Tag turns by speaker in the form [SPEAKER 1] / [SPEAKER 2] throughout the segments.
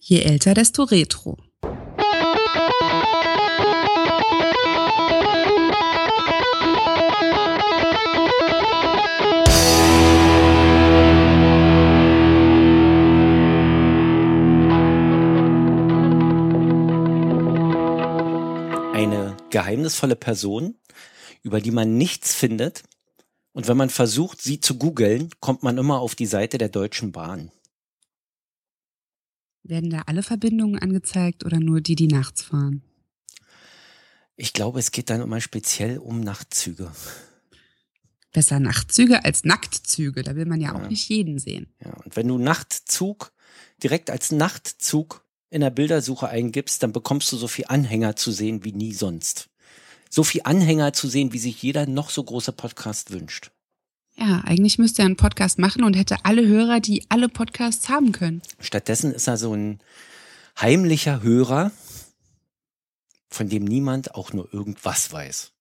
[SPEAKER 1] Je älter, desto retro.
[SPEAKER 2] Eine geheimnisvolle Person, über die man nichts findet. Und wenn man versucht, sie zu googeln, kommt man immer auf die Seite der Deutschen Bahn.
[SPEAKER 1] Werden da alle Verbindungen angezeigt oder nur die, die nachts fahren?
[SPEAKER 2] Ich glaube, es geht dann immer speziell um Nachtzüge.
[SPEAKER 1] Besser Nachtzüge als Nacktzüge. Da will man ja,
[SPEAKER 2] Ja.
[SPEAKER 1] auch nicht jeden sehen.
[SPEAKER 2] Ja, und wenn du Nachtzug direkt als Nachtzug in der Bildersuche eingibst, dann bekommst du so viel Anhänger zu sehen wie nie sonst. So viel Anhänger zu sehen, wie sich jeder noch so große Podcast wünscht.
[SPEAKER 1] Ja, eigentlich müsste er einen Podcast machen und hätte alle Hörer, die alle Podcasts haben können.
[SPEAKER 2] Stattdessen ist er so ein heimlicher Hörer, von dem niemand auch nur irgendwas weiß.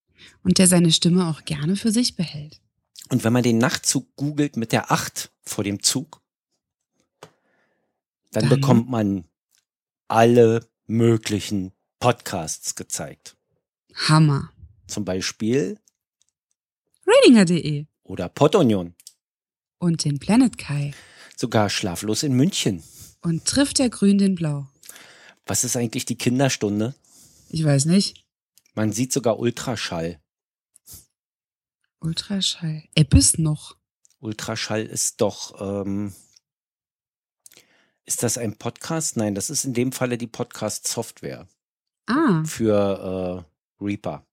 [SPEAKER 1] Und der seine Stimme auch gerne für sich behält.
[SPEAKER 2] Und wenn man den Nachtzug googelt mit der 8 vor dem Zug, dann
[SPEAKER 1] Dann-
[SPEAKER 2] bekommt man alle möglichen Podcasts gezeigt.
[SPEAKER 1] Hammer.
[SPEAKER 2] Zum Beispiel
[SPEAKER 1] Radinger.de
[SPEAKER 2] oder Pottunion.
[SPEAKER 1] und den Planet Kai.
[SPEAKER 2] Sogar schlaflos in München.
[SPEAKER 1] Und trifft der Grün den Blau?
[SPEAKER 2] Was ist eigentlich die Kinderstunde?
[SPEAKER 1] Ich weiß nicht.
[SPEAKER 2] Man sieht sogar Ultraschall.
[SPEAKER 1] Ultraschall. Eppes noch.
[SPEAKER 2] Ultraschall ist doch. Ähm, ist das ein Podcast? Nein, das ist in dem Falle die Podcast-Software
[SPEAKER 1] Ah,
[SPEAKER 2] für äh, Reaper.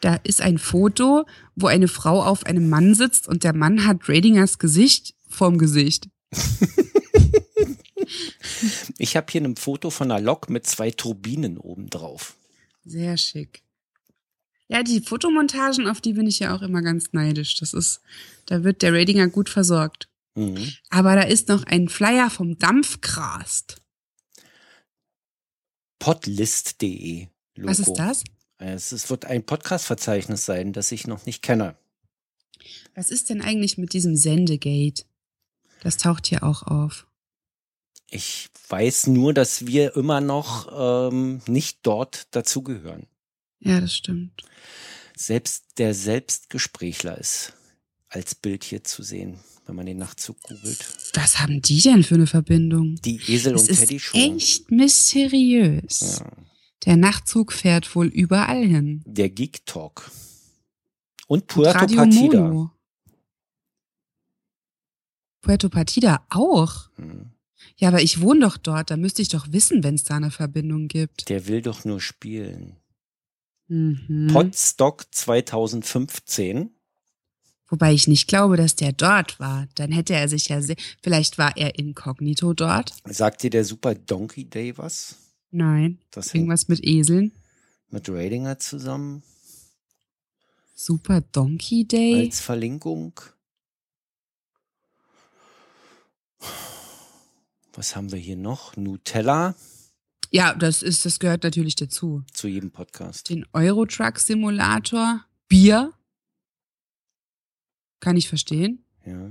[SPEAKER 1] da ist ein Foto, wo eine Frau auf einem Mann sitzt und der Mann hat Radingers Gesicht vorm Gesicht.
[SPEAKER 2] Ich habe hier ein Foto von einer Lok mit zwei Turbinen obendrauf.
[SPEAKER 1] Sehr schick. Ja, die Fotomontagen, auf die bin ich ja auch immer ganz neidisch. Das ist, da wird der Radinger gut versorgt.
[SPEAKER 2] Mhm.
[SPEAKER 1] Aber da ist noch ein Flyer vom Dampfkrast.
[SPEAKER 2] Podlist.de. Logo.
[SPEAKER 1] Was ist das?
[SPEAKER 2] Es ist, wird ein Podcast-Verzeichnis sein, das ich noch nicht kenne.
[SPEAKER 1] Was ist denn eigentlich mit diesem Sendegate? Das taucht hier auch auf.
[SPEAKER 2] Ich weiß nur, dass wir immer noch ähm, nicht dort dazugehören.
[SPEAKER 1] Ja, das stimmt.
[SPEAKER 2] Selbst der Selbstgesprächler ist als Bild hier zu sehen, wenn man den Nachtzug googelt.
[SPEAKER 1] Was haben die denn für eine Verbindung?
[SPEAKER 2] Die Esel
[SPEAKER 1] Es
[SPEAKER 2] und
[SPEAKER 1] ist
[SPEAKER 2] Teddy Show.
[SPEAKER 1] echt mysteriös.
[SPEAKER 2] Ja.
[SPEAKER 1] Der Nachtzug fährt wohl überall hin.
[SPEAKER 2] Der Geek Talk. Und
[SPEAKER 1] Und
[SPEAKER 2] Puerto
[SPEAKER 1] Radio
[SPEAKER 2] Partida.
[SPEAKER 1] Mono. Puerto Partida auch.
[SPEAKER 2] Hm.
[SPEAKER 1] Ja, aber ich wohne doch dort, da müsste ich doch wissen, wenn es da eine Verbindung gibt.
[SPEAKER 2] Der will doch nur spielen.
[SPEAKER 1] Mhm.
[SPEAKER 2] Podstock 2015.
[SPEAKER 1] Wobei ich nicht glaube, dass der dort war. Dann hätte er sich ja se- vielleicht war er inkognito dort.
[SPEAKER 2] Sagt dir der Super Donkey Day was?
[SPEAKER 1] Nein,
[SPEAKER 2] Das hängt
[SPEAKER 1] irgendwas mit Eseln.
[SPEAKER 2] mit Radinger zusammen
[SPEAKER 1] Super Donkey Day.
[SPEAKER 2] als Verlinkung. Was haben wir hier noch? Nutella
[SPEAKER 1] Ja, das ist das gehört natürlich dazu.
[SPEAKER 2] zu jedem Podcast.
[SPEAKER 1] den Eurotruck Simulator, Bier. Kann ich verstehen.
[SPEAKER 2] Ja.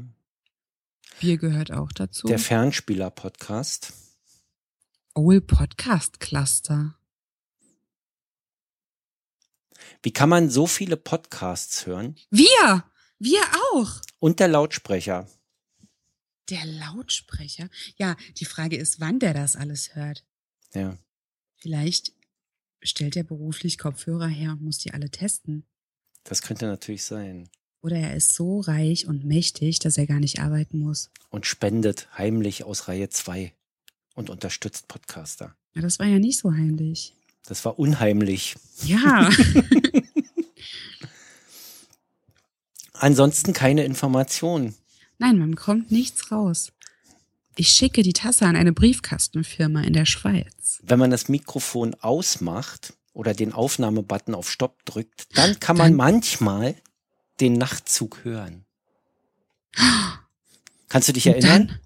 [SPEAKER 1] Bier gehört auch dazu.
[SPEAKER 2] Der Fernspieler-Podcast.
[SPEAKER 1] Owl Podcast Cluster.
[SPEAKER 2] Wie kann man so viele Podcasts hören?
[SPEAKER 1] Wir! Wir auch!
[SPEAKER 2] Und der Lautsprecher.
[SPEAKER 1] Der Lautsprecher. Ja, die Frage ist, wann der das alles hört.
[SPEAKER 2] Ja.
[SPEAKER 1] Vielleicht stellt er beruflich Kopfhörer her und muss die alle testen.
[SPEAKER 2] Das könnte natürlich sein.
[SPEAKER 1] Oder er ist so reich und mächtig, dass er gar nicht arbeiten muss.
[SPEAKER 2] Und spendet heimlich aus Reihe 2 und unterstützt Podcaster.
[SPEAKER 1] Ja, das war ja nicht so heimlich.
[SPEAKER 2] Das war unheimlich.
[SPEAKER 1] Ja.
[SPEAKER 2] Ansonsten keine Informationen.
[SPEAKER 1] Nein, man bekommt nichts raus. Ich schicke die Tasse an eine Briefkastenfirma in der Schweiz.
[SPEAKER 2] Wenn man das Mikrofon ausmacht oder den Aufnahmebutton auf Stopp drückt, dann kann man
[SPEAKER 1] Dann-
[SPEAKER 2] manchmal den Nachtzug hören. Kannst du dich
[SPEAKER 1] Und
[SPEAKER 2] erinnern?
[SPEAKER 1] dann-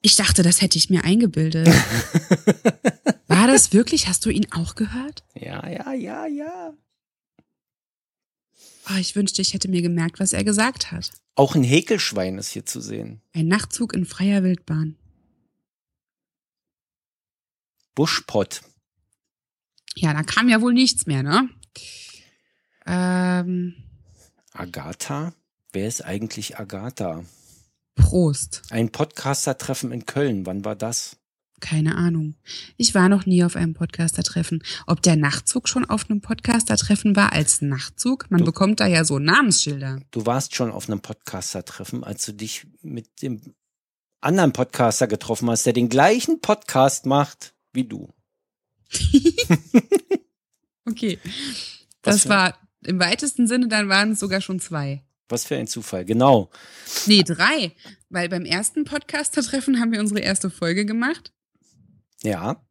[SPEAKER 1] Ich dachte, das hätte ich mir eingebildet. War das wirklich? Hast du ihn auch gehört?
[SPEAKER 2] Ja, ja, ja, ja.
[SPEAKER 1] Oh, ich wünschte, ich hätte mir gemerkt, was er gesagt hat.
[SPEAKER 2] Auch ein Häkelschwein ist hier zu sehen.
[SPEAKER 1] Ein Nachtzug in freier Wildbahn.
[SPEAKER 2] Buschpott.
[SPEAKER 1] Ja, da kam ja wohl nichts mehr, ne? Ähm,
[SPEAKER 2] Agatha? Wer ist eigentlich Agatha?
[SPEAKER 1] Prost.
[SPEAKER 2] Ein Podcaster-Treffen in Köln. Wann war das?
[SPEAKER 1] Keine Ahnung. Ich war noch nie auf einem Podcaster-Treffen. Ob der Nachtzug schon auf einem Podcaster-Treffen war als Nachtzug? Man
[SPEAKER 2] Du-
[SPEAKER 1] bekommt da ja so Namensschilder.
[SPEAKER 2] Du warst schon auf einem Podcaster-Treffen, als du dich mit dem anderen Podcaster getroffen hast, der den gleichen Podcast macht wie du.
[SPEAKER 1] Okay.
[SPEAKER 2] Was
[SPEAKER 1] Das
[SPEAKER 2] für-
[SPEAKER 1] war im weitesten Sinne, dann waren es sogar schon zwei.
[SPEAKER 2] Was für ein Zufall. Genau.
[SPEAKER 1] Nee, drei. Weil beim ersten Podcaster-Treffen haben wir unsere erste Folge gemacht.
[SPEAKER 2] Ja.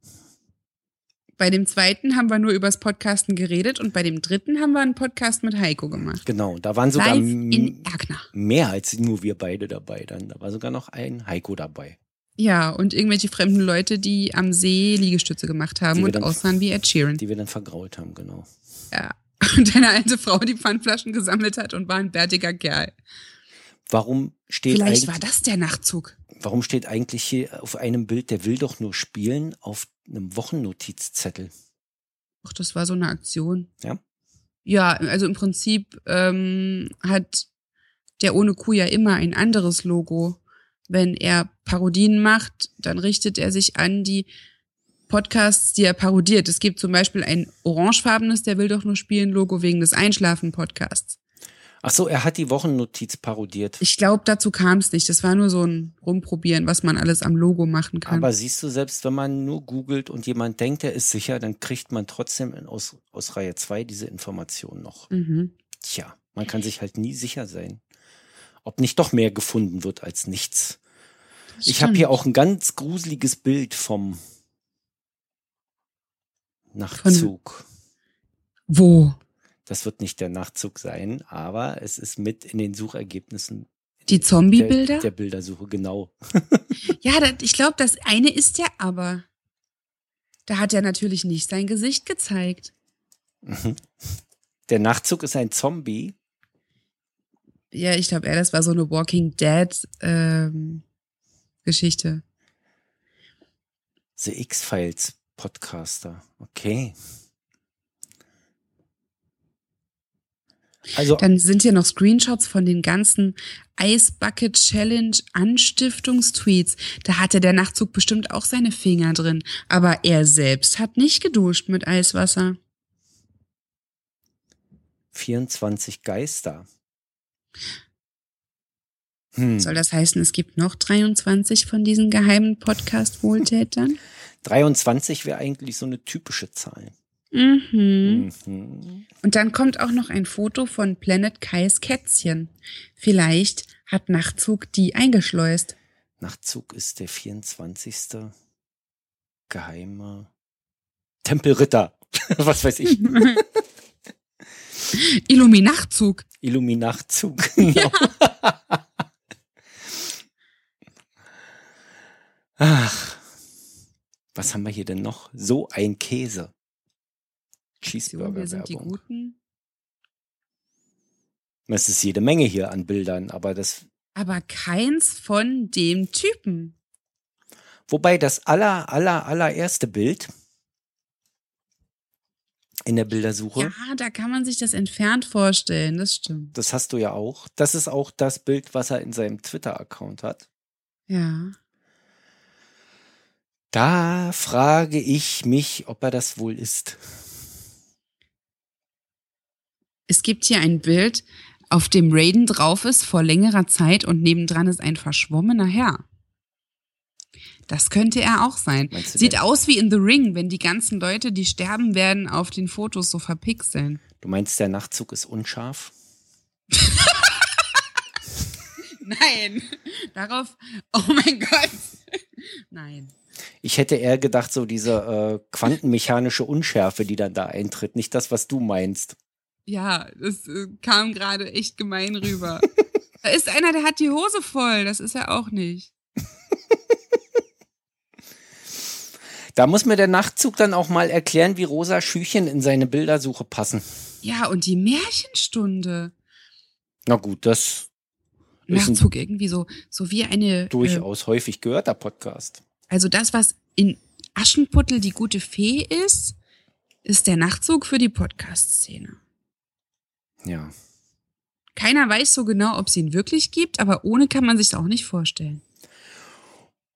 [SPEAKER 1] Bei dem zweiten haben wir nur übers Podcasten geredet und bei dem dritten haben wir einen Podcast mit Heiko gemacht.
[SPEAKER 2] Genau, da waren sogar
[SPEAKER 1] Live
[SPEAKER 2] m-
[SPEAKER 1] in Erkner.
[SPEAKER 2] mehr als nur wir beide dabei. Dann da war sogar noch ein Heiko dabei.
[SPEAKER 1] Ja, und irgendwelche fremden Leute, die am See Liegestütze gemacht haben
[SPEAKER 2] Die wir
[SPEAKER 1] und
[SPEAKER 2] dann-
[SPEAKER 1] aussahen wie Ed Sheeran.
[SPEAKER 2] Die wir dann vergrault haben, genau.
[SPEAKER 1] Und eine alte Frau, die Pfandflaschen gesammelt hat und war ein bärtiger Kerl.
[SPEAKER 2] Warum steht,
[SPEAKER 1] Vielleicht
[SPEAKER 2] eigentlich,
[SPEAKER 1] war das der Nachtzug.
[SPEAKER 2] warum steht eigentlich hier auf einem Bild, der will doch nur spielen, auf einem Wochennotizzettel?
[SPEAKER 1] Ach, das war so eine Aktion.
[SPEAKER 2] Ja.
[SPEAKER 1] Ja, also im Prinzip ähm, hat der ohne Kuh ja immer ein anderes Logo. Wenn er Parodien macht, dann richtet er sich an die Podcasts, die er parodiert. Es gibt zum Beispiel ein orangefarbenes, der will doch nur spielen Logo wegen des Einschlafen-Podcasts.
[SPEAKER 2] Ach so, er hat die Wochennotiz parodiert.
[SPEAKER 1] Ich glaube, dazu kam es nicht. Das war nur so ein Rumprobieren, was man alles am Logo machen kann.
[SPEAKER 2] Aber siehst du, selbst wenn man nur googelt und jemand denkt, er ist sicher, dann kriegt man trotzdem in, aus, aus Reihe 2 diese Information noch.
[SPEAKER 1] mhm.
[SPEAKER 2] Tja, man kann sich halt nie sicher sein, ob nicht doch mehr gefunden wird als nichts. Ich habe hier
[SPEAKER 1] Stimmt.
[SPEAKER 2] auch ein ganz gruseliges Bild vom Nachtzug.
[SPEAKER 1] Wo?
[SPEAKER 2] Das wird nicht der Nachtzug sein, aber es ist mit in den Suchergebnissen
[SPEAKER 1] Die
[SPEAKER 2] der,
[SPEAKER 1] Zombie-Bilder?
[SPEAKER 2] der Bildersuche, genau.
[SPEAKER 1] Ja, das, ich glaube, das eine ist ja aber. Da hat er natürlich nicht sein Gesicht gezeigt.
[SPEAKER 2] Mhm. Der Nachtzug ist ein Zombie.
[SPEAKER 1] Ja, ich glaube eher, das war so eine Walking Dead ähm, Geschichte.
[SPEAKER 2] The X-Files Podcaster. Okay. Also,
[SPEAKER 1] Dann sind hier noch Screenshots von den ganzen Ice Bucket Challenge Anstiftungstweets. Da hatte der Nachtzug bestimmt auch seine Finger drin. Aber er selbst hat nicht geduscht mit Eiswasser.
[SPEAKER 2] 24 Geister. Hm.
[SPEAKER 1] Soll das heißen, es gibt noch 23 von diesen geheimen Podcast-Wohltätern?
[SPEAKER 2] 23 wäre eigentlich so eine typische Zahl.
[SPEAKER 1] mhm.
[SPEAKER 2] Mhm.
[SPEAKER 1] Und dann kommt auch noch ein Foto von Planet Kais Kätzchen. Vielleicht hat Nachtzug die eingeschleust.
[SPEAKER 2] Nachtzug ist der 24. geheime Tempelritter. Was weiß ich.
[SPEAKER 1] Illuminachtzug.
[SPEAKER 2] Illuminachtzug. Genau. Ach, was haben wir hier denn noch? So ein Käse.
[SPEAKER 1] Wir sind die
[SPEAKER 2] Cheeseburger-Werbung.
[SPEAKER 1] Guten.
[SPEAKER 2] Es ist jede Menge hier an Bildern, aber das,
[SPEAKER 1] Aber keins von dem Typen.
[SPEAKER 2] wobei das aller, aller, allererste Bild in der Bildersuche,
[SPEAKER 1] Ja, da kann man sich das entfernt vorstellen. Das stimmt.
[SPEAKER 2] das hast du ja auch, das ist auch das Bild, was er in seinem Twitter-Account hat.
[SPEAKER 1] Ja.
[SPEAKER 2] Da frage ich mich, ob er das wohl ist.
[SPEAKER 1] Es gibt hier ein Bild, auf dem Raiden drauf ist vor längerer Zeit und nebendran ist ein verschwommener Herr. Das könnte er auch sein.
[SPEAKER 2] Meinst du,
[SPEAKER 1] Sieht
[SPEAKER 2] der,
[SPEAKER 1] aus wie in The Ring, wenn die ganzen Leute, die sterben werden, auf den Fotos so verpixeln.
[SPEAKER 2] du meinst, der Nachtzug ist unscharf?
[SPEAKER 1] Nein. Darauf, oh mein Gott. Nein.
[SPEAKER 2] Ich hätte eher gedacht, so diese äh, quantenmechanische Unschärfe, die dann da eintritt, nicht das, was du meinst.
[SPEAKER 1] Ja, das äh, kam gerade echt gemein rüber. da ist einer, der hat die Hose voll. Das ist er auch nicht.
[SPEAKER 2] Da muss mir der Nachtzug dann auch mal erklären, wie rosa Schüchen in seine Bildersuche passen.
[SPEAKER 1] Ja, und die Märchenstunde.
[SPEAKER 2] Na gut, das ist ein
[SPEAKER 1] Nachzug irgendwie so, so wie eine. äh,
[SPEAKER 2] durchaus häufig gehörter Podcast.
[SPEAKER 1] Also das, was in Aschenputtel die gute Fee ist, ist der Nachtzug für die Podcast-Szene.
[SPEAKER 2] Ja.
[SPEAKER 1] Keiner weiß so genau, ob es ihn wirklich gibt, aber ohne kann man sich auch nicht vorstellen.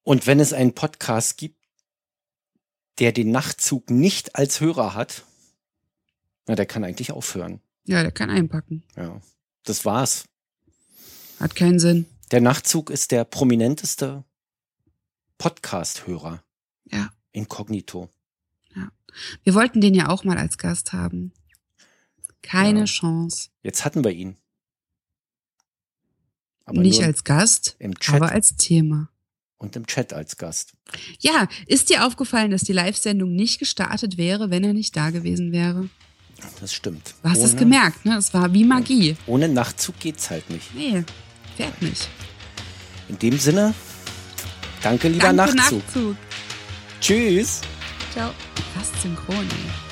[SPEAKER 2] Und wenn es einen Podcast gibt, der den Nachtzug nicht als Hörer hat, na, der kann eigentlich aufhören.
[SPEAKER 1] Ja, der kann einpacken.
[SPEAKER 2] Ja. Das war's.
[SPEAKER 1] Hat keinen Sinn.
[SPEAKER 2] Der Nachtzug ist der prominenteste Podcast-Hörer.
[SPEAKER 1] Ja.
[SPEAKER 2] Inkognito.
[SPEAKER 1] Wir wollten den ja auch mal als Gast haben. Keine
[SPEAKER 2] Ja.
[SPEAKER 1] Chance.
[SPEAKER 2] Jetzt hatten wir ihn. Aber
[SPEAKER 1] nicht
[SPEAKER 2] nur
[SPEAKER 1] als Gast,
[SPEAKER 2] im Chat
[SPEAKER 1] aber als Thema.
[SPEAKER 2] und im Chat als Gast.
[SPEAKER 1] Ja, ist dir aufgefallen, dass die Live-Sendung nicht gestartet wäre, wenn er nicht da gewesen wäre?
[SPEAKER 2] Das stimmt.
[SPEAKER 1] Du hast es
[SPEAKER 2] Ohne-
[SPEAKER 1] gemerkt, ne? Es war wie Magie.
[SPEAKER 2] Ohne Nachtzug geht's halt nicht.
[SPEAKER 1] Nee, fährt nicht.
[SPEAKER 2] In dem Sinne, danke lieber
[SPEAKER 1] Danke,
[SPEAKER 2] Nachtzug.
[SPEAKER 1] Nachtzug.
[SPEAKER 2] Tschüss.
[SPEAKER 1] Ciao. Fast synchron, ey.